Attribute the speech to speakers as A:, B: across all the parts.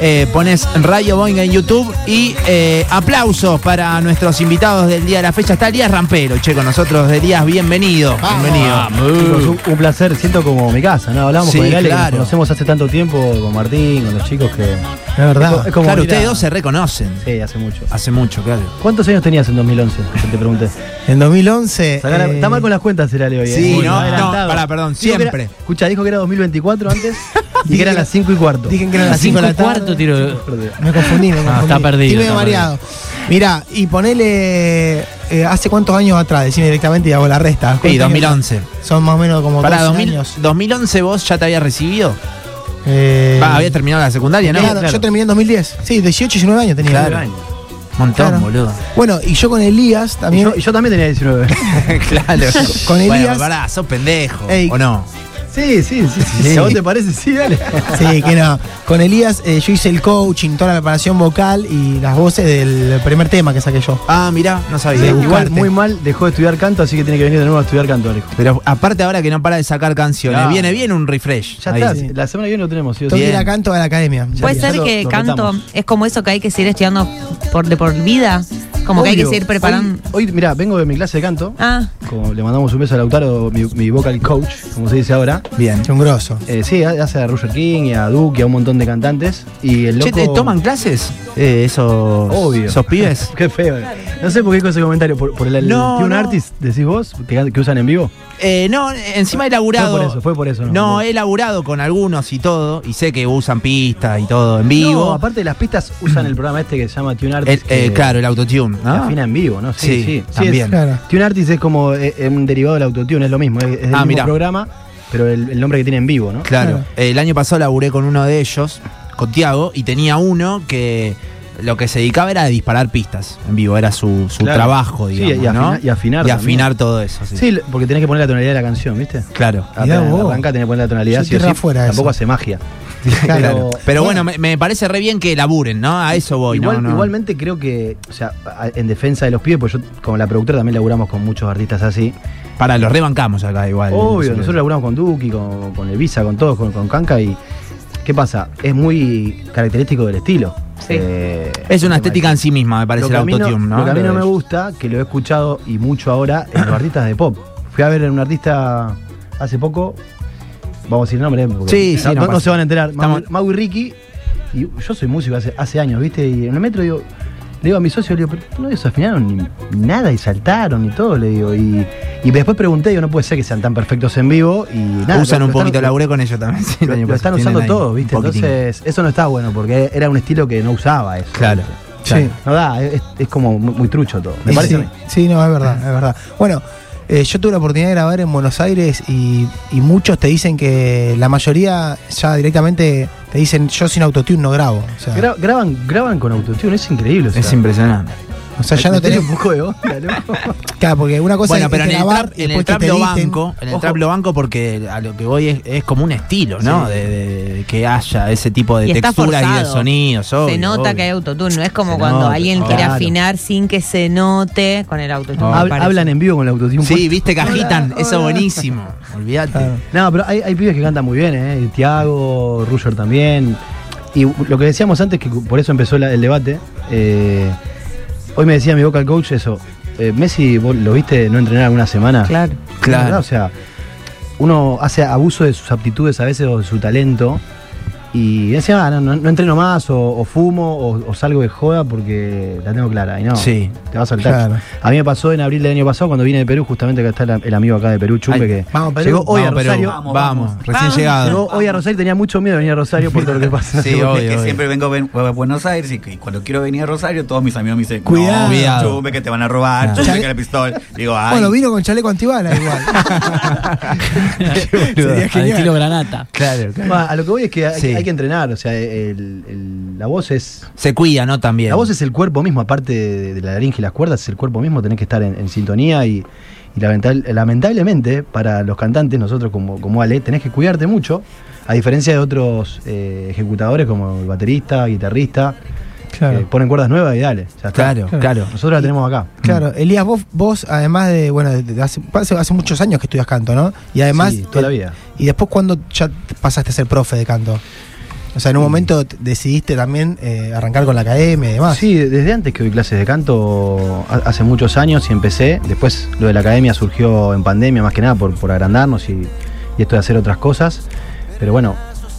A: eh, pones Radio Boing en YouTube y eh, aplausos para nuestros invitados del día de la fecha. Está Elías Rampero, che, con nosotros de Elías, bienvenido.
B: Vamos.
A: Bienvenido.
C: Chicos, un, un placer, siento como mi casa, ¿no? Hablamos
A: Sí,
C: con el Ale, que nos
A: claro.
C: conocemos hace tanto tiempo, con Martín, con los chicos que... Es
B: verdad.
C: co- es como
A: claro,
C: ir a-
A: ustedes dos se reconocen.
C: Sí, hace mucho.
A: Hace mucho, claro.
C: ¿Cuántos años tenías en 2011? Que Te pregunté.
B: En 2011.
C: Sacá la-
B: eh,
C: Está mal con las cuentas el Ale hoy. eh.
A: Sí,
C: Muy
A: no,
C: adelantado.
A: no, pará, perdón,
C: Dijo que era-
A: siempre.
C: escucha, dijo que era 2024 antes y que eran las 5 y cuarto.
B: Dije que eran
D: A
B: las 5
D: cinco
B: de la tarde.
D: cuarto tiro.
C: Perdón.
B: Me confundí, me confundí.
D: está perdido,
B: Estoy medio
D: está
B: mareado. Mirá, y ponele. eh, ¿Hace cuántos años atrás? Decime directamente y hago la resta.
A: Sí,
B: ¿Cuántos años?
A: 2011.
B: Son más o menos como
A: Para
B: 12
A: 2000
B: años.
A: 2011 vos ya te habías recibido.
B: Eh,
A: Va, Ah, había terminado la secundaria, ¿no?
B: claro,
C: Claro.
B: yo terminé en 2010. Sí, 18, 19 años tenía.
A: Claro. Montón,
B: Claro.
A: boludo.
B: Bueno, y yo con Elías
C: Y
B: también.
C: yo, y yo también tenía 19.
A: claro.
B: Con
A: Bueno,
B: Elías-
A: pará, sos pendejo.
B: Ey.
A: ¿O no?
C: Sí, sí, sí. sí,
B: Sí.
C: Si a vos te parece, sí, dale.
B: Sí, que no. Con Elías eh, yo hice el coaching, toda la preparación vocal y las voces del primer tema que saqué yo.
A: Ah, mirá, no sabía.
B: Sí,
A: Buscarte.
C: Igual muy mal dejó de estudiar canto, así que tiene que venir de nuevo a estudiar canto, Alejo.
A: Pero aparte ahora que no para de sacar canciones,
C: No.
A: viene bien un refresh.
C: Ya
A: Ahí
C: está,
A: sí.
C: la semana que viene lo tenemos. sí o sí.
B: Tengo que ir
A: Bien.
B: a canto a la academia.
C: Pues-
E: Puede
C: Ya
E: ser
C: lo-
E: que
C: lo
E: canto
C: retamos.
E: es como eso que hay que seguir estudiando por, de por vida. Como que hay que
C: Obvio.
E: seguir preparando.
C: Hoy, hoy, mirá, vengo de mi clase de canto.
E: Ah,
C: Como le mandamos un beso a Lautaro, mi, mi vocal coach, como se dice ahora.
A: Bien.
B: Un grosso.
C: Eh, sí, hace a Roger King y a Duke y a un montón de cantantes. Y el
A: Che,
C: loco...
A: ¿te toman clases? Eh, esos,
C: Obvio.
A: esos pibes.
C: Qué feo. eh. No sé por qué con ese comentario. ¿Por, por el, el
A: No,
C: Tune
A: no.
C: Artist, decís vos, que, que usan en vivo?
A: Eh, no, encima he laburado.
C: Fue por eso, fue por eso,
A: No,
C: no.
A: he laburado con algunos y todo. Y sé que usan pistas y todo en vivo.
C: No, aparte de las pistas, usan el programa este que se llama Tune
A: El-
C: Artist.
A: eh,
C: que-
A: claro, el autotune,
C: que
A: ¿no?
C: Afina en vivo, ¿no? Sí,
A: Sí,
C: sí.
A: también.
C: es-
B: Claro.
C: Tune Artist es como eh, eh, un derivado del autotune, es lo mismo. Es, es el
A: Ah,
C: mismo
A: mirá.
C: programa, pero el, el nombre que tiene en vivo, ¿no?
A: Claro. Eh,
B: Claro.
A: El año pasado laburé con uno de ellos, con Tiago, y tenía uno que lo que se dedicaba era a disparar pistas en vivo, era su, su
C: Claro.
A: trabajo,
C: Sí,
A: digamos.
C: y afina-
A: ¿no?
C: y afinar
A: Y
C: también.
A: afinar todo eso. Sí,
C: Sí, porque tenés que poner la tonalidad de la canción, ¿viste?
A: claro.
B: Mirá
C: Apenas
B: vos.
C: Arranca, tenés que poner la tonalidad.
B: Yo
C: sí o
B: tiré
C: sí.
B: afuera eso.
C: Tampoco hace magia.
B: Claro.
A: Pero, bueno, me, me parece re bien que laburen, ¿no? A eso voy,
C: Igual-
A: ¿no? no.
C: Igualmente creo que, o sea, a- en defensa de los pibes, pues yo como la productora también laburamos con muchos artistas así.
A: Para, los rebancamos acá igual.
C: Obvio, nosotros laburamos con Duki, con, con Elvisa, con todos, con, con Kanka y... ¿Qué pasa? Es muy característico del estilo.
E: Sí.
C: Eh,
A: Es una
C: el tema
A: estética
C: de-
A: en sí misma, me parece, el
C: Lo que a mí no-
A: autotune, ¿no?
C: Lo que a mí
A: Lo
C: no
A: de
C: me
A: ellos.
C: gusta, que lo he escuchado y mucho ahora en los artistas de pop. Fui a ver a un artista hace poco, vamos a decir nombre, ¿eh? porque
A: Sí, sí, no
C: no, no-
A: pasa.
C: no se van a enterar.
A: Estamos-
C: Mau, Mau y Ricky, y yo soy músico hace, hace años, ¿viste? Y en el metro digo, le digo a mi socio, le digo, pero no desafinaron ni nada y saltaron y todo, le digo. Y, y después pregunté, digo, no puede ser que sean tan perfectos en vivo y nada.
A: Usan
C: lo-
A: un
C: lo
A: poquito,
C: están-
A: laburé con ellos también. sí, el
C: Lo,
A: año
C: lo
A: pasado,
C: están
A: tienen
C: usando
A: ahí
C: todo,
A: un
C: ¿viste?
A: poquitín.
C: Entonces, eso no está bueno porque era un estilo que no usaba eso.
A: Claro.
C: ¿viste?
B: Sí.
C: No da, es, es como muy, muy trucho todo. Me
B: Sí,
C: parece a
B: sí,
C: mí.
B: Sí, no, es verdad, es verdad. Bueno, eh, yo tuve la oportunidad de grabar en Buenos Aires y, y muchos te dicen que la mayoría ya directamente te dicen yo sin autotune no grabo. O sea,
C: Gra- graban, graban con autotune, es increíble. o sea.
A: Es impresionante.
B: o sea, ya
C: Me
B: no
C: tiene
B: tenés.
C: un poco de onda, loco.
B: Claro, porque una cosa
A: Bueno,
B: es
A: pero en el,
B: grabar
A: trap, en
B: y
A: el
B: después que
A: trap
B: te
A: lo
B: editen.
A: banco, en el
C: Ojo.
A: trap lo banco porque a lo que voy es, es como un estilo, ¿no? De, de- de que haya ese tipo de
E: Y está
A: texturas y de
E: forzado.
A: sonidos.
E: se
A: obvio,
E: nota
A: obvio.
E: que hay autotune. No es como
C: Se
E: cuando
C: nota,
E: alguien quiere
C: claro.
E: afinar sin que se note con el autotune. me
C: Hab-
E: parece.
C: hablan en vivo con el autotune. pues,
A: Sí, viste que agitan,
C: Hola,
A: eso
C: hola.
A: buenísimo. Olvídate.
B: Claro.
C: No, pero hay, hay pibes que cantan muy bien, ¿eh? Tiago, Ruger también. Y lo que decíamos antes, que por eso empezó la- el debate, eh, hoy me decía mi vocal coach eso. eh, Messi, ¿vos lo viste no entrenar alguna semana?
E: Claro.
A: Claro.
C: ¿Verdad? O sea, uno hace abuso de sus aptitudes a veces o de su talento. Y dice, ah, no, no- no entreno más, o, o fumo, o, o salgo de joda porque la tengo clara. Y no,
A: Sí.
C: te vas al tacho.
B: Claro.
C: A mí me pasó en abril del año pasado, cuando vine de Perú, justamente acá está la- el amigo acá de Perú, Chumpe,
A: Ay,
C: que
B: vamos, Perú.
C: llegó hoy
A: Vamos,
C: a
A: Perú,
C: Rosario.
A: vamos, recién
E: Vamos.
A: llegado.
C: Llegó hoy a Rosario, tenía mucho miedo de venir a Rosario por todo lo que pasa.
A: Sí,
F: Porque
A: obvio,
F: que
A: obvio.
F: siempre vengo a Ben- a Buenos Aires y que cuando quiero venir a Rosario todos mis amigos me dicen
B: Cuidado.
A: Cuidado.
F: no, chume que te van a robar,
A: Claro.
F: chume que la pistola. Digo, ay,
B: Bueno, vino con chaleco antibala igual. Sería
D: Al estilo
B: genial.
D: granata.
A: Claro, claro.
C: Bueno, a lo que voy es que hay,
A: Sí.
C: hay que entrenar, o sea, el- el- la voz es
A: Se cuida, ¿no? También.
C: La voz es el cuerpo mismo, aparte de, de la laringe y las cuerdas, es el cuerpo mismo, tenés que estar en, en sintonía y, y lamental- lamentablemente para los cantantes, nosotros como, como Ale, tenés que cuidarte mucho, a diferencia de otros eh, ejecutadores como el baterista, guitarrista, que
B: Claro.
C: ponen cuerdas nuevas y dale. ya está.
A: Claro, claro.
C: Nosotros la tenemos acá.
B: Claro, Elías, vos, vos además de, bueno, de- de hace, hace- hace muchos años que estudias canto, ¿no? Y además...
C: Sí, toda la vida.
B: ¿Y después cuándo ya pasaste a ser profe de canto? O sea, en un momento t- decidiste también eh, arrancar con la academia y demás.
C: Sí, desde antes que doy clases de canto, ha- hace muchos años y empecé. Después lo de la academia surgió en pandemia, más que nada por, por agrandarnos y, y esto de hacer otras cosas. Pero bueno,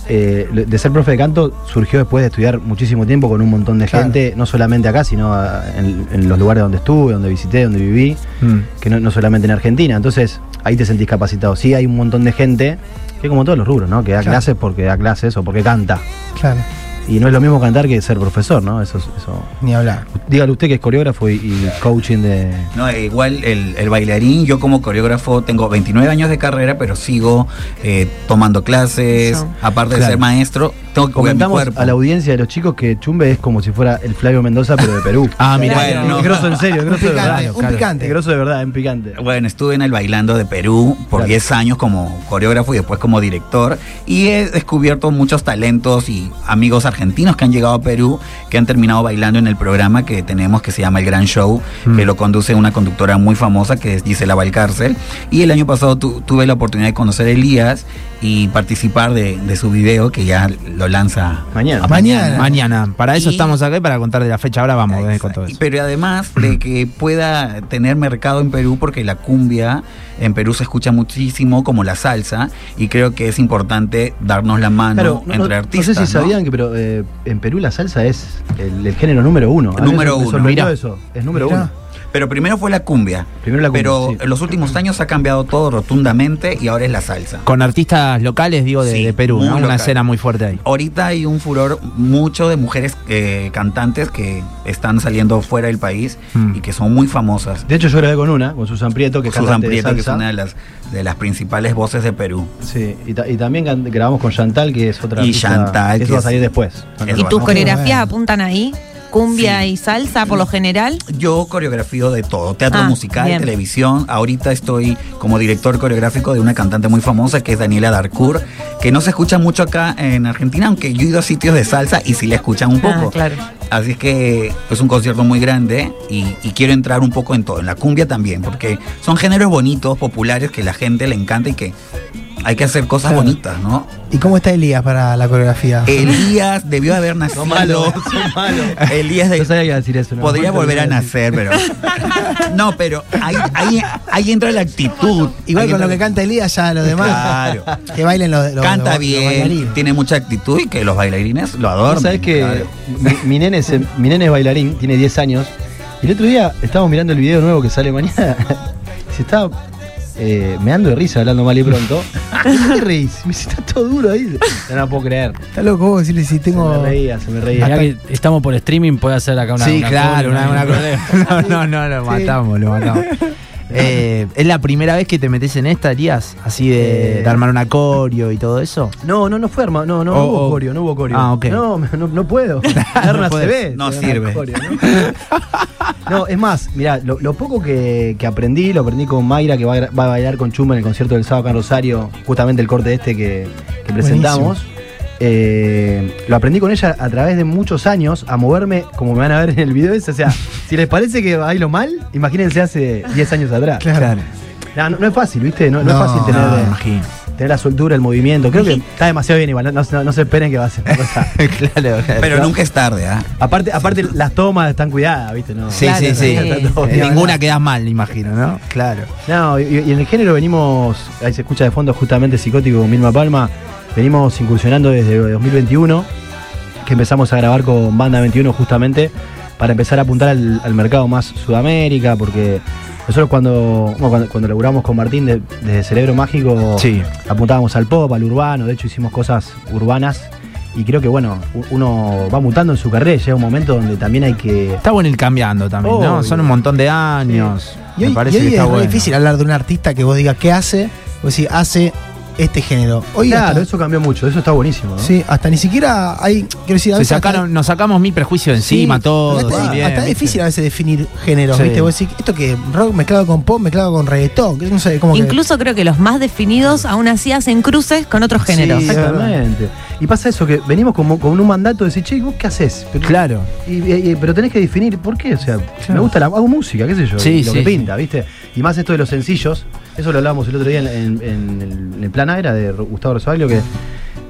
C: eh, lo- de ser profe de canto surgió después de estudiar muchísimo tiempo con un montón de
B: Claro.
C: gente, no solamente acá, sino ah, en, en los lugares donde estuve, donde visité, donde viví,
A: Mm.
C: que no, no solamente en Argentina. Entonces ahí te sentís capacitado. Sí, hay un montón de gente, que como todos los rubros, ¿no? Que da
B: Claro.
C: clases porque da clases o porque canta.
B: Claro,
C: Y no es lo mismo cantar que ser profesor, ¿no? Eso, eso
B: ni hablar.
C: Dígale usted que es coreógrafo y, y coaching de.
F: No, eh, igual el, el bailarín, yo como coreógrafo tengo 29 años de carrera, pero sigo eh, tomando clases,
E: Eso.
F: aparte de
C: Claro.
F: ser maestro, tengo que cuidar mi
C: Comentamos
F: cuerpo.
C: a la audiencia de los chicos que Chumbe es como si fuera el Flavio Mendoza, pero de Perú.
A: Ah, mira.
F: Bueno, no.
C: Es grosso en serio, es
B: Un
C: grosso de verdad.
B: picante,
A: claro,
B: un
A: claro.
C: Es
B: picante.
C: grosso de verdad, en picante.
F: Bueno, estuve en el Bailando de Perú por
C: Claro.
F: 10 años como coreógrafo y después como director y he descubierto muchos talentos y amigos argentinos que han llegado a Perú que han terminado bailando en el programa que tenemos que se llama El Gran Show, que lo conduce una conductora muy famosa que es Gisela Valcárcel y el año pasado tu- tuve la oportunidad de conocer a Elías y participar de, de su video que ya lo lanza
C: Mañana.
F: a
B: Mañana.
A: Mañana, para eso
F: Y-
A: estamos acá y para contar de la fecha. Ahora vamos eh, con todo eso.
F: Pero además de que pueda tener mercado en Perú, porque la cumbia en Perú se escucha muchísimo, como la salsa, y creo que es importante darnos la mano
C: Claro, no,
F: entre
C: no-
F: artistas.
C: no sé si
F: ¿no?
C: sabían que, pero eh, en Perú la salsa es el, el género número uno. A mí
F: Número
C: me
F: uno,
C: sorprendió
A: mirá.
C: eso. Es número
B: Mirá.
C: uno.
F: Pero primero fue la cumbia.
C: Primero la cumbia,
F: Pero
C: sí.
F: en los últimos años ha cambiado todo rotundamente y ahora es la salsa.
A: Con artistas locales, digo, de,
F: Sí,
A: de Perú,
F: muy
A: ¿no? Una
F: local.
A: escena muy fuerte ahí.
F: Ahorita hay un furor mucho de mujeres eh, cantantes que están saliendo fuera del país
A: Mm.
F: y que son muy famosas.
C: De hecho, yo grabé con una, con Susan Prieto, que es
F: Susan
C: cantante de
F: Prieto, que es
C: salsa.
F: una de las, de las principales voces de Perú.
C: Sí, y, ta- y también can- grabamos con Chantal, que es otra.
F: Y
C: artista-
F: Chantal,
C: Eso
F: que
C: va a
F: es-
C: salir después.
F: es
E: ¿Y
F: bueno.
E: tus
F: Qué
E: coreografías
B: bueno.
E: apuntan ahí? ¿Cumbia
F: Sí.
E: y salsa por lo general?
F: Yo coreografío de todo, teatro
E: Ah,
F: musical,
E: bien.
F: televisión. Ahorita estoy como director coreográfico de una cantante muy famosa que es Daniela Darcourt, que no se escucha mucho acá en Argentina, aunque yo he ido a sitios de salsa y sí la escuchan un poco.
E: Ah, claro.
F: Así es que es un concierto muy grande y, y quiero entrar un poco en todo, en la cumbia también, porque son géneros bonitos, populares, que la gente le encanta y que hay que hacer cosas
B: Claro.
F: bonitas, ¿no?
B: ¿Y cómo está Elías para la coreografía?
F: Eh, Elías debió haber nacido. Elías de-
C: Yo sabía que iba a decir eso. ¿no?
F: Podría
C: Muy
F: volver a
C: terrible.
F: nacer, pero. No, pero ahí, ahí, ahí entra la actitud.
B: Igual
F: Ahí
B: con
F: entra
B: lo que
F: la-
B: canta Elías, ya lo demás.
F: Eh, Claro.
B: Que bailen los. los- los-
F: Canta
B: los
F: bien,
B: bailarines.
F: tiene mucha actitud y que los bailarines lo adoran.
C: Vos sabés que mi, mi nene se- mi nene es bailarín, tiene 10 años. Y el otro día estábamos mirando el video nuevo que sale mañana. se está eh, meando de risa hablando mal y pronto. ¿Qué te reís? Me dice, está todo duro ahí. No, no puedo creer.
B: Está loco vos decirle si
C: Se
B: tengo.
C: me reía, se me reía.
D: Mirá que estamos por streaming, puede hacer acá una.
A: sí,
D: una
A: claro,
D: columna,
A: una, una coreo. No, no, no, lo matamos, lo matamos. Eh, ¿Es la primera vez que te metes en esta, Elías? Así de, de armar una coreo y todo eso.
C: No, no, no fue arma, no, no, no
A: Oh,
C: hubo
A: oh.
C: coreo, no hubo coreo.
A: Ah, ok.
C: No, no, no puedo. La arma se
A: puedes.
C: ve.
F: No
C: se ve
F: sirve.
C: la coreo, ¿no? No, es más, mirá, lo, lo poco que, que aprendí, lo aprendí con Mayra, que va a, gra- va a bailar con Chumba en el concierto del sábado acá en Rosario, justamente el corte este que, que presentamos. Eh, lo aprendí con ella a través de muchos años a moverme como me van a ver en el video ese. O sea, si les parece que bailo mal, imagínense hace 10 años atrás.
B: Claro.
C: No, no, no es fácil, ¿viste? No, no
B: No,
C: es fácil tener.
B: no,
C: eh,
A: imagino.
C: tener la soltura, el movimiento. Creo que está demasiado bien igual. No, no- no se esperen que va a ser una cosa.
A: claro, claro.
F: Pero nunca es tarde, ¿ah?
C: Aparte, aparte las tomas están cuidadas, ¿viste? No,
A: Sí,
E: Claro,
A: sí, sí.
E: sí.
A: Eh,
C: Todo bien
A: Ninguna
C: hablado.
A: queda mal, imagino, ¿no? Claro.
C: No, y, y en el género venimos, ahí se escucha de fondo justamente Psicótico con Milma Palma, venimos incursionando desde 2021, que empezamos a grabar con Banda 21 justamente para empezar a apuntar al, al mercado más Sudamérica, porque nosotros cuando, bueno, cuando, cuando laburamos con Martín de- desde Cerebro Mágico,
A: Sí.
C: apuntábamos al pop, al urbano, de hecho hicimos cosas urbanas. Y creo que bueno, u- uno va mutando en su carrera, y llega un momento donde también hay que
A: Está bueno ir cambiando también, ¿no?
C: Obvio.
A: Son un montón de años.
B: Y hoy,
A: Me parece
B: y hoy
A: que
B: es
A: está
B: muy
A: bueno.
B: difícil hablar de un artista que vos digas qué hace. Vos decís, hace este género. Hoy
C: Claro,
B: hasta-
C: eso cambió mucho, eso está buenísimo, ¿no?
B: Sí, hasta ni siquiera hay. Quiero decir, a
A: Se
B: veces hasta-
A: sacaron, nos sacamos mil prejuicios encima, todos.
B: Hasta,
A: también,
B: hasta es
A: ¿viste?
B: difícil a veces definir géneros,
A: Sí.
B: ¿viste? Vos decís, esto que rock mezclado con pop, mezclado con reggaetón, que no sé, como
E: Incluso creo que los más definidos aún así hacen cruces con otros géneros.
C: Sí, exactamente. Y pasa eso, que venimos como con un mandato de decir, che, ¿vos qué haces? Pero,
A: Claro.
C: y- y- pero tenés que definir por qué. O sea, me gusta la. Hago música, qué sé yo.
A: Sí,
C: y lo
A: sí,
C: que
A: sí.
C: pinta, ¿viste? Y más esto de los sencillos. Eso lo hablábamos el otro día en, en- en el, en el plan Agra de Ro- Gustavo Rosario, que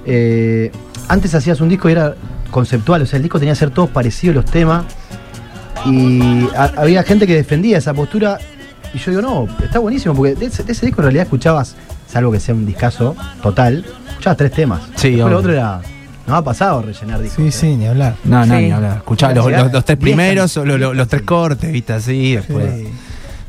C: eh, antes hacías un disco y era conceptual, o sea, el disco tenía que ser todos parecidos los temas. Y ha- había gente que defendía esa postura. Y yo digo, no, está buenísimo, porque de ese, de ese disco en realidad escuchabas, salvo que sea un discazo total, escuchabas tres temas.
A: Sí,
C: Después
A: obvio.
C: lo otro era. Nos ha pasado rellenar discos.
B: Sí,
C: ¿eh?
B: sí, ni hablar.
A: No, no,
E: Sí.
A: ni hablar. Escuchá los, los- los tres primeros, o lo- lo- los tres cortes, viste, así. Después.
B: Sí.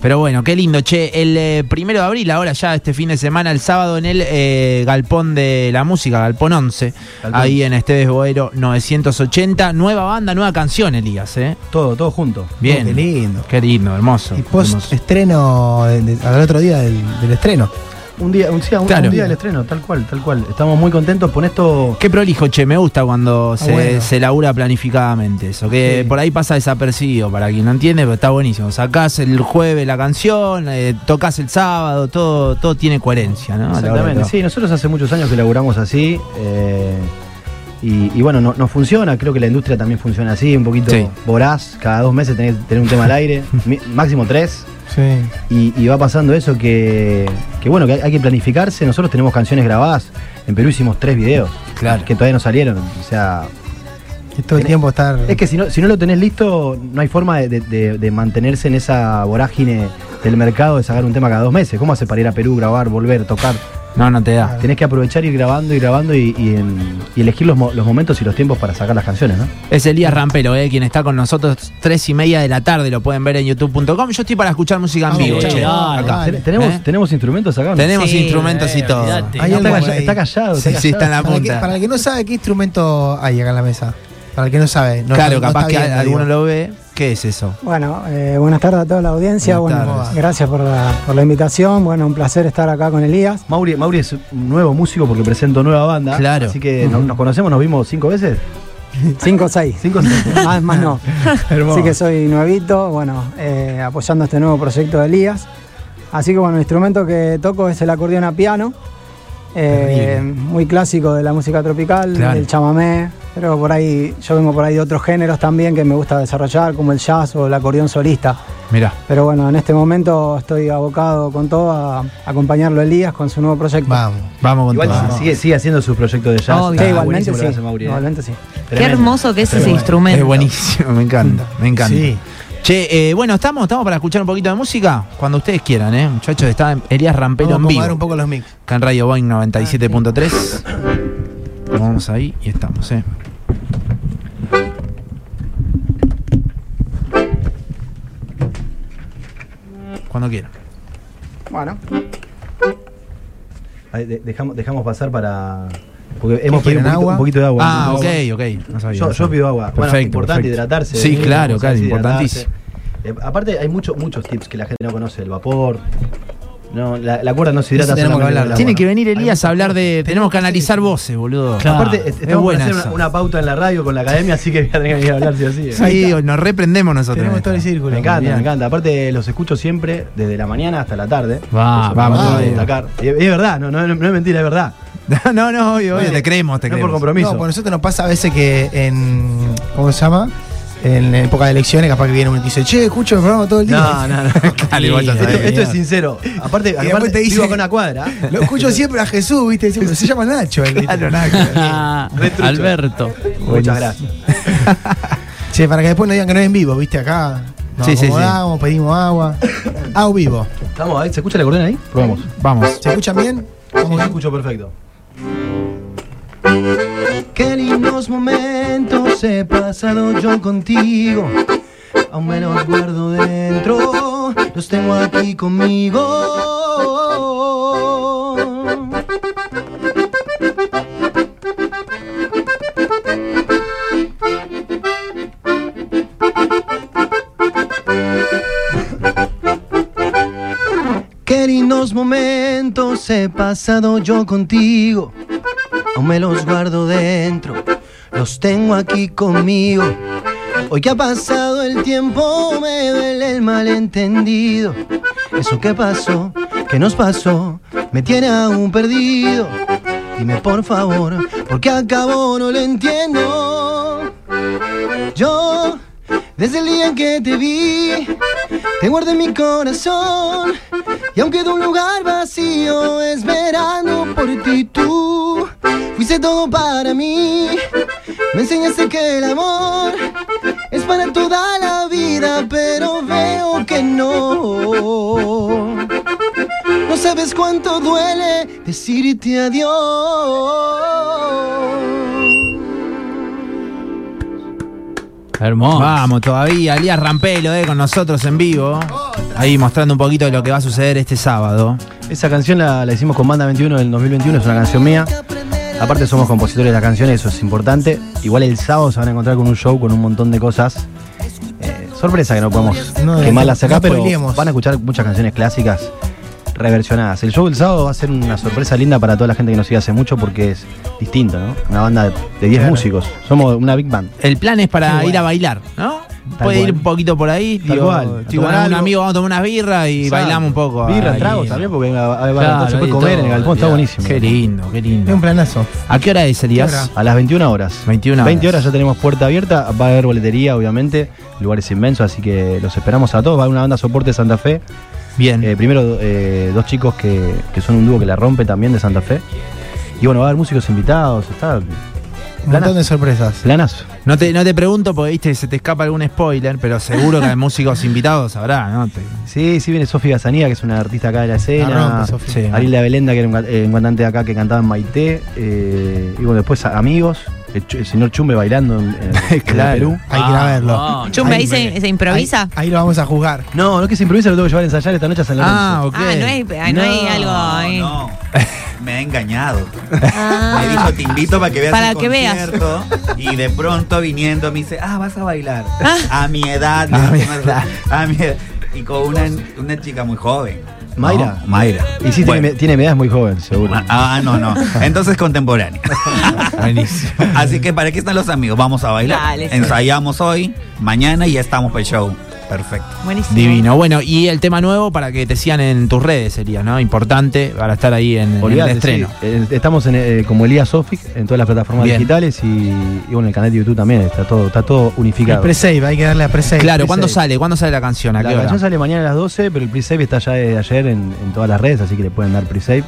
A: Pero bueno, qué lindo, che. El eh, primero de abril, ahora ya este fin de semana, el sábado en el eh, Galpón de la Música, Galpón 11,
C: Galpón.
A: ahí en Esteves Boero 980. Nueva banda, nueva canción, Elías, ¿eh?
C: Todo, todo junto.
A: Bien.
B: Oh, Qué lindo.
A: Qué lindo, hermoso.
B: Y post
A: hermoso.
B: estreno de- de- al otro día del, del estreno.
C: Un día, un, sí, un-
A: Claro.
C: un día del estreno, tal cual, tal cual. Estamos muy contentos por esto.
A: Qué prolijo, che, me gusta cuando se,
B: bueno.
A: se labura planificadamente eso, que
C: Sí.
A: por ahí pasa desapercibido para quien no entiende, pero está buenísimo. Sacás el jueves la canción, eh, tocas el sábado, todo, todo tiene coherencia, ¿no? A Ah, la hora de
C: Exactamente,
A: todo.
C: sí, nosotros hace muchos años que laburamos así. eh, y, y bueno, no- nos funciona, creo que la industria también funciona así, un poquito
A: Sí.
C: voraz. Cada dos meses tenés que tener un tema al aire, mi- máximo tres.
B: Sí.
C: Y, y va pasando eso que, que bueno, que hay, hay que planificarse. Nosotros tenemos canciones grabadas. En Perú hicimos tres videos.
A: Claro.
C: Que todavía no salieron. O sea,
B: Y todo el
C: Tenés-
B: tiempo estar.
C: es que si no, si no lo tenés listo, no hay forma de, de- de- de mantenerse en esa vorágine del mercado de sacar un tema cada dos meses. ¿Cómo hace para ir a Perú, grabar, volver, tocar?
A: No, no te da.
C: Tenés que aprovechar ir grabando y grabando y, y, em, y elegir los, mo- los momentos y los tiempos para sacar las canciones, ¿no?
A: Es Elías Rampelo, eh, quien está con nosotros tres y media de la tarde, lo pueden ver en youtube.com. Yo estoy para escuchar música en
B: Vamos,
A: vivo,
B: escuchá,
A: che.
D: dale.
A: Acá.
C: Ten- tenemos,
A: ¿Eh?
C: tenemos instrumentos acá. o no?
A: Tenemos
E: Sí,
A: instrumentos y
D: eh,
A: todo.
D: olvidate.
B: Hay
C: está,
B: algo
C: calla-
B: ahí.
C: está callado.
A: Sí,
C: está
A: sí, está en la
C: callado.
B: para, el que, para
A: punta.
B: el que no sabe qué instrumento hay acá en la mesa. Para el que no sabe. No,
A: Claro,
B: no- no
A: capaz
B: está
A: que
B: viendo,
A: alguno
B: digo.
A: lo ve. ¿Qué es eso?
G: Bueno, eh, buenas tardes a toda la audiencia.
A: Buenas
G: bueno,
A: tardes.
G: gracias por la, por la invitación. Bueno, un placer estar acá con Elías.
C: Mauri, Mauri es un nuevo músico porque presento nueva banda.
A: Claro.
C: Así que no- nos conocemos, nos vimos cinco veces.
G: Cinco o seis.
C: Cinco seis.
G: Más, más no.
C: Hermoso.
G: Así que soy nuevito, bueno, eh, apoyando este nuevo proyecto de Elías. Así que bueno, el instrumento que toco es el acordeón a piano, eh, muy clásico de la música tropical,
A: Claro.
G: del chamamé, pero por ahí, yo vengo por ahí de otros géneros también que me gusta desarrollar, como el jazz o el acordeón solista.
A: Mirá.
G: Pero bueno, en este momento estoy abocado con todo a acompañarlo a Elías con su nuevo proyecto.
B: Vamos.
A: Vamos con
C: Igual
A: todo.
C: sigue, sigue haciendo sus proyectos de jazz.
E: Obvio.
G: Sí,
C: Está
G: igualmente
C: Ah, buenísimo lo que
G: sí.
C: hace Mauri, ¿eh?
G: Igualmente sí.
E: Qué
C: Tremendo.
E: hermoso que es ese
C: Tremendo.
E: instrumento.
A: Es buenísimo, me encanta, me encanta.
B: Sí.
A: Che, eh, bueno, estamos, estamos para escuchar un poquito de música cuando ustedes quieran, ¿eh? Muchachos, está Elías Rampelo
B: Vamos
A: en
B: a acomodar
A: vivo.
B: un poco los mix.
A: Acá en Radio Boeing 97.3. Nos Vamos ahí y estamos, ¿eh? Cuando quieran.
G: Bueno.
C: Ahí, de- dejamos, dejamos pasar para. Porque hemos pedido un
B: quieren,
C: poquito,
B: agua?
C: un poquito de agua.
A: Ah, ok,
C: Un poquito de agua.
A: ok. No sabía,
C: Yo,
A: no
C: yo
A: sabía.
C: pido agua. Bueno,
A: Perfecto,
C: importante
A: perfecto.
C: hidratarse.
A: Sí,
C: ¿eh?
A: claro,
C: Vamos a
A: claro,
C: deshidratarse.
A: importantísimo.
C: Eh, aparte, hay muchos muchos tips que la gente no conoce: el vapor. No, la, la cuerda no se hidrata.
B: Eso tenemos
C: solamente con
B: que hablar.
C: el agua,
A: Tiene que
C: ¿no?
A: venir
C: Hay
A: Elías
C: muchas
A: a hablar
C: cosas.
A: de. Tenemos que analizar voces, boludo.
D: Claro.
C: Aparte,
A: es
C: est- estamos por
A: buena
C: hacer
A: esa.
C: una, una pauta en la radio con la academia, así que voy a tener que venir a hablar sí o sí. ¿eh?
A: Sí, nos reprendemos nosotros.
B: Tenemos
A: en
B: todo el
A: esta.
B: círculo.
C: Me encanta,
A: Bien.
C: me encanta. Aparte, los escucho siempre, desde la mañana hasta la
D: Va,
C: tarde. Eso,
A: vamos,
C: vamos a
A: todavía.
C: destacar. Y Es, es verdad, no, no, no es mentira, es verdad.
A: no, no, obvio, obvio,
C: Bueno,
A: te creemos, te
C: no
A: creemos.
C: por compromiso.
B: No, por nosotros nos pasa a veces que en. ¿Cómo se llama? En época de elecciones, capaz que viene uno y te dice, che, escucho el programa todo el día.
C: No, no, no.
A: Dale, vos ya
C: Esto,
A: sabés.
C: esto es sincero. Aparte,
B: después
C: aparte
B: te dice-
C: vivo acá una cuadra.
B: Lo escucho siempre a Jesús, ¿viste? Siempre, se llama Nacho. el-
A: Claro, nada que ver.
C: Retrucho.
D: Alberto.
C: Muchas gracias.
B: Che, para que después no digan que no es en vivo, ¿viste? Acá nos
A: Sí, sí, sí.
B: acomodamos, pedimos agua. Au vivo.
C: Estamos ahí, ¿se escucha la cordón ahí? Probamos.
A: Vamos.
B: ¿Se escuchan bien?
C: Como que escucho perfecto. Qué lindos momentos he pasado yo contigo. Aún me los guardo dentro, los tengo aquí conmigo. Qué lindos momentos he pasado yo contigo. Aún me los guardo dentro, los tengo aquí conmigo. Hoy que ha pasado el tiempo me duele el malentendido. Eso que pasó, que nos pasó, me tiene aún perdido. Dime por favor, porque acabo no lo entiendo. Yo, desde el día en que te vi, te guardé en mi corazón. Y aunque de un lugar vacío, esperando por ti tú, fuiste
H: Fuiste todo para mí. Me enseñaste que el amor es para toda la vida, pero veo que no. No sabes cuánto duele decirte adiós.
D: Hermoso.
A: Vamos, todavía, Elías Rampelo, eh, con nosotros en vivo. Ahí mostrando un poquito de lo que va a suceder este sábado.
C: Esa canción la, la hicimos con Banda 21 del 2021, es una canción mía. Aparte somos compositores de las canciones, eso es importante. Igual el sábado se van a encontrar con un show con un montón de cosas. Eh, sorpresa que no podemos
B: No,
C: quemarlas
B: no
C: acá, pero
B: spoileemos.
C: van a escuchar muchas canciones clásicas reversionadas. El show del sábado va a ser una sorpresa linda para toda la gente que nos sigue hace mucho porque es distinto, ¿no? Una banda de 10
B: Claro.
C: músicos. Somos una big band.
A: El plan es para
B: Igual.
A: ir a bailar, ¿no?
C: Tal
A: Puede ir
C: cual.
A: un poquito por ahí,
C: Tal
A: digo,
C: cual.
A: estoy con
C: A tomar
A: algún
C: algo.
A: amigo, vamos a tomar unas birras y
C: Exacto.
A: bailamos un poco.
C: Birra,
A: ahí.
C: tragos también, porque hay- hay-
D: Claro,
C: se
D: hay
C: puede
D: de
C: comer en
D: todo,
C: el galpón, está
D: olvidá.
C: buenísimo.
A: Qué lindo, qué
B: Es un
A: lindo.
B: planazo.
A: ¿A qué hora es, Elías?
B: ¿Qué hora?
C: A las 21 horas.
A: 21 horas.
C: 20 horas ya tenemos puerta abierta, va a haber boletería, obviamente, el lugar es inmenso, así que los esperamos a todos. Va a haber una banda soporte de Santa Fe.
A: Bien.
C: Eh, primero, eh, dos chicos que, que son un dúo que la rompe también de Santa Fe. Y bueno, va a haber músicos invitados, está.
B: Un montón de sorpresas.
C: Planazo.
A: No te, no te pregunto porque viste, se te escapa algún spoiler, pero seguro que hay músicos invitados habrá, ¿no? Te-
C: Sí, sí, viene Sofi Gazanía, que es una artista acá de la
B: La
C: escena.
B: rompe, Sofi.
A: sí.
C: Ariel de Belenda, que era un, ca- eh, un cantante de acá que cantaba en Maite. eh, y bueno, después a- amigos. El, Chu- el señor Chumbe bailando en, en- en
A: Claro.
C: Perú.
B: Hay que ir a verlo.
D: Vamos.
E: Chumbe
B: Ahí
E: ahí se, se
B: Ahí,
E: improvisa.
B: ahí lo vamos a juzgar.
C: No, no es que se improvisa, lo tengo que llevar a ensayar esta noche a San Lorenzo.
A: Ah, ok.
E: Ah, no hay, ah, no hay algo ahí.
F: No, me ha engañado. Me
E: Ah.
F: dijo, te invito para que veas
E: Para
F: el
E: que veas.
F: concierto. Y de pronto viniendo me dice, ah, vas a bailar.
E: Ah.
F: A mi edad.
A: A
F: ¿no?
A: mi edad.
F: A mi edad. Y con una, una chica muy joven. ¿no?
C: Mayra.
F: Mayra.
C: Y sí, tiene,
F: Bueno.
C: me- tiene mi edad, es muy joven, seguro.
F: Ah, no, no. Entonces contemporáneo.
A: Buenísimo.
F: Así que para qué están los amigos, vamos a bailar.
E: Dale, sí.
F: Ensayamos hoy, mañana y ya estamos para el show. Perfecto.
E: Buenísimo.
A: Divino. Bueno, y el tema nuevo para que te sigan en tus redes sería, ¿no? Importante para estar ahí en, en
C: Olvidate,
A: el estreno.
C: sí. Eh, Estamos en, eh, como Elías Sofic en todas las plataformas
A: Bien.
C: digitales y, y bueno, el canal de YouTube también está todo, está todo
B: El
C: unificado.
B: pre-save, hay que darle a pre-save.
A: Claro,
C: sí,
A: ¿cuándo
C: sí.
A: sale? ¿Cuándo sale la canción? ¿A
C: La
A: qué hora?
C: canción sale mañana a las 12, pero el pre-save está ya de ayer en, en todas las redes, así que le pueden dar pre-save.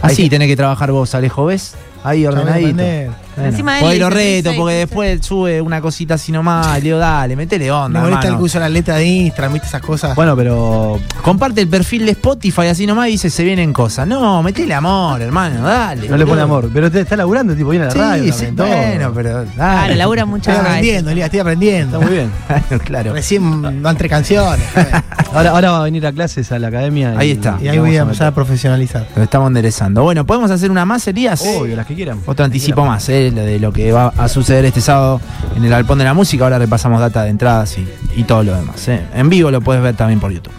A: Ahí Ah, sí tenés que trabajar vos, Alejo, ¿ves? Ahí
B: Ya me
A: ordenadito.
B: entendés.
A: Bueno,
E: Encima él
A: por ahí lo
E: dice,
A: reto,
E: sí,
A: porque
E: sí,
A: después sube una cosita así nomás, y le digo, dale, metele onda.
B: Me molesta el
A: hermano.
B: que usa la letra de Instagram, viste esas
A: Ah.
B: cosas.
C: Bueno, pero
A: Comparte el perfil de Spotify así nomás y dice, se vienen cosas. No, metele amor, hermano, dale.
C: no le
A: boludo.
C: pone amor. Pero te está laburando, tipo, viene a la
A: Sí,
C: radio.
A: sí,
C: también, todo.
A: bueno, pero dale.
E: Claro, labura
B: Estoy
E: mucho.
B: aprendiendo, Elías, estoy
C: Está
B: aprendiendo.
C: muy bien.
A: Claro, claro.
B: Pues Recién van tres canciones. joder.
C: Ahora, ahora va a venir a clases a la academia.
A: Ahí está.
B: y ahí
C: vamos
B: voy a
C: meter-
B: empezar a profesionalizar.
A: Lo estamos enderezando. Bueno, ¿podemos hacer una más, Elías?
C: Obvio, las que quieran.
A: Otro anticipo más, eh, lo de lo que va a suceder este sábado en el Alpón de la Música. Ahora repasamos data de entradas y, y todo lo demás. eh. En vivo lo puedes ver también por YouTube.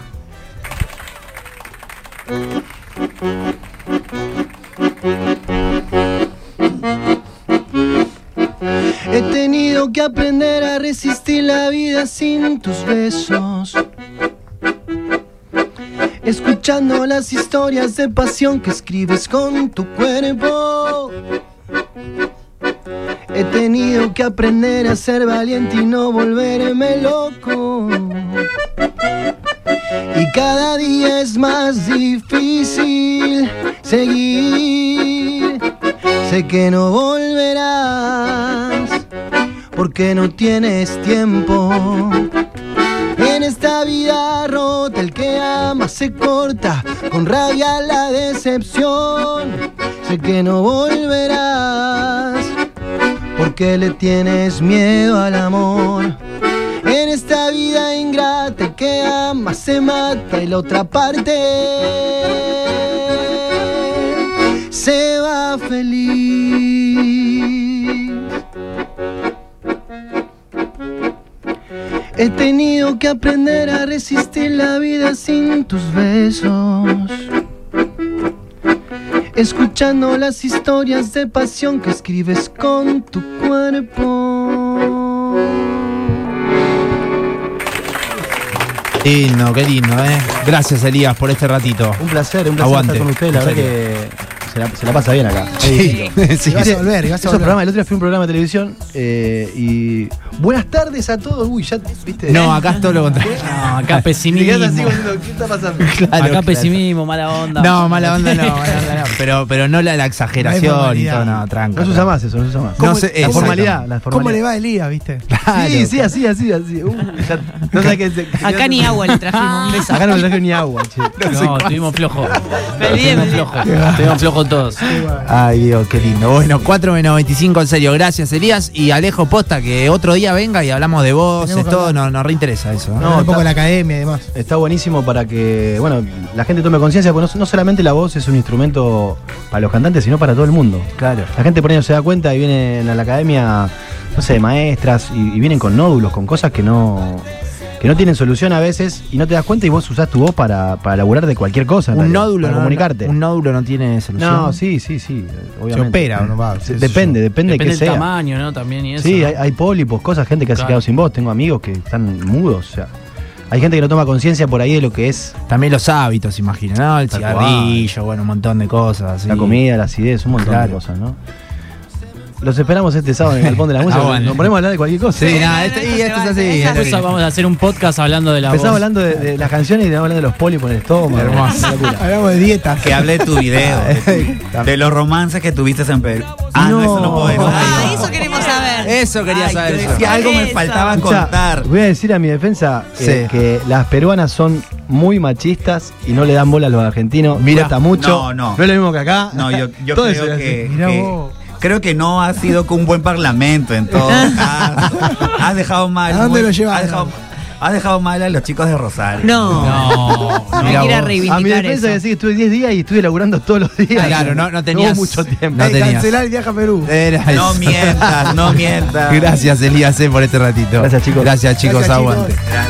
H: He tenido que aprender a resistir la vida sin tus besos. Escuchando las historias de pasión que escribes con tu cuerpo. He tenido que aprender a ser valiente y no volverme loco. Y cada día es más difícil seguir. Sé que no volverás porque no tienes tiempo. En esta vida rota el que ama se corta con rabia la decepción. Sé que no volverás porque le tienes miedo al amor. En esta vida ingrata el que ama se mata y la otra parte se va feliz. He tenido que aprender a resistir la vida sin tus besos. Escuchando las historias de pasión que escribes con tu cuerpo.
A: Lindo, qué lindo, ¿eh? Gracias, Elías, por este ratito.
C: Un placer, un placer
A: Aguante,
C: estar con ustedes. La
A: en
C: verdad que se se la, se la pasa bien acá.
B: Sí, sí. Y vas a volver, y vas a
C: Esos
B: volver.
C: programas, el otro día fui a un programa de televisión eh, y. Buenas tardes a todos. Uy, ya, viste.
A: No, acá es todo lo contrario.
D: No, acá
C: Y te quedas así
D: pesimismo.
C: como diciendo, ¿qué está pasando?
A: Claro,
D: acá
A: Ah, claro.
D: pesimismo, mala onda.
A: No, mala onda no, mala onda no. Pero, pero no la, la exageración y todo, no, tranca.
C: No se usa más eso, no se usa más.
A: No sé,
C: la
A: exacto.
C: formalidad, la
B: ¿Cómo le
C: formalidad.
B: va a Elías, viste?
C: Sí, sí, así, así, así. Uy, ya- no sé qué se-
E: Acá ni agua le trajimos. Un beso.
C: Acá no le traje ni agua, che.
D: No, estuvimos flojos.
E: Me olvidé, me
D: Estuvimos
E: olvidé.
D: flojos. Estuvimos flojos todos.
A: Ay, Dios, qué lindo. Bueno, 4 menos 25, en serio. Gracias, Elías. Y Alejo Posta, que otro día venga y hablamos de vos,
B: Tenemos que
A: todo.
B: hablar.
A: Nos, nos reinteresa eso. ¿eh?
C: No,
B: No, un poco
C: está-
B: la academia y demás.
C: Está buenísimo para que, bueno, la gente tome conciencia, porque no, no solamente la voz es un instrumento para los cantantes, sino para todo el mundo. Claro. La gente por ahí no se da cuenta y vienen a la academia, no sé, maestras, y, y vienen con nódulos, con cosas que no que no tienen solución a veces, y no te das cuenta y vos usás tu voz para, para laburar de cualquier cosa. en
A: un
C: realidad,
A: nódulo.
C: Para
A: no-
C: comunicarte.
A: un nódulo no tiene solución.
C: no, sí, sí, sí, obviamente.
B: opera o no va,
C: Se-
B: qué sé
C: Depende, depende,
D: Depende
C: de qué
D: del
C: sea.
D: tamaño, ¿no? También y eso.
C: Sí,
D: ¿no?
C: hay, hay pólipos, cosas, gente que se ha
D: Claro.
C: quedado sin voz. Tengo amigos que están mudos. O sea, hay gente que no toma conciencia por ahí de lo que es
A: También los hábitos, imagino, ¿no? El
C: Tal
A: cigarrillo, bueno, un montón de cosas.
C: la
A: sí.
C: comida, las ideas, un montón de
A: Claro.
C: cosas, ¿no? Los esperamos este sábado en el Galpón de la Música.
A: Ah, bueno.
C: Nos ponemos a hablar de cualquier cosa.
A: Sí, nada,
E: no,
A: esto,
E: no,
A: y esto
E: no se
A: es
E: va,
A: así. este.
E: esa-
A: es
D: Después
A: así.
D: vamos a hacer un podcast hablando de la voz.
C: Empezamos hablando de, de las canciones y hablando de los pólipos en el estómago.
A: Hermoso.
C: una locura.
B: Hablamos de dieta.
F: Que hable de tu video, de, tu- de los romances que tuviste en Perú. Ah, no, eso no puedo decir.
E: Ah, eso queremos saber.
A: Eso quería
F: Ay,
A: saber.
F: yo
A: yo.
F: decía, algo me faltaba
C: Escuchá,
F: contar.
C: voy a decir a mi defensa eh,
A: Sí.
C: que las peruanas son muy machistas y no le dan bola a los argentinos.
A: Mirá.
C: Cuesta mucho.
F: No, no.
C: es lo mismo que acá.
F: No, yo, yo
C: Todo
F: creo
C: eso es
F: que,
C: así.
B: Mirá
F: que-
B: vos.
F: creo que no ha sido con un buen parlamento en todo caso. Has dejado mal.
B: ¿A dónde
F: muy-
B: lo llevaron?
F: Has dejado, has dejado mal a los chicos de Rosario.
E: No.
D: No.
E: Me
A: Mirá
E: quiere
A: vos.
C: A mi
E: reivindicar
C: defensa
E: eso.
C: que sí, estuve 10 días y estuve laburando todos los días.
A: Claro, no- no tenías-
C: hubo mucho tiempo.
A: No
B: Hay que
A: tenías.
B: cancelar el viaje a Perú.
A: Era
F: No
A: eso.
F: mientas, no mientas.
A: Gracias, Elías, eh, por este ratito.
C: Gracias, chicos.
A: Gracias, chicos.
B: Gracias, chicos.
A: aguante.
F: Gracias.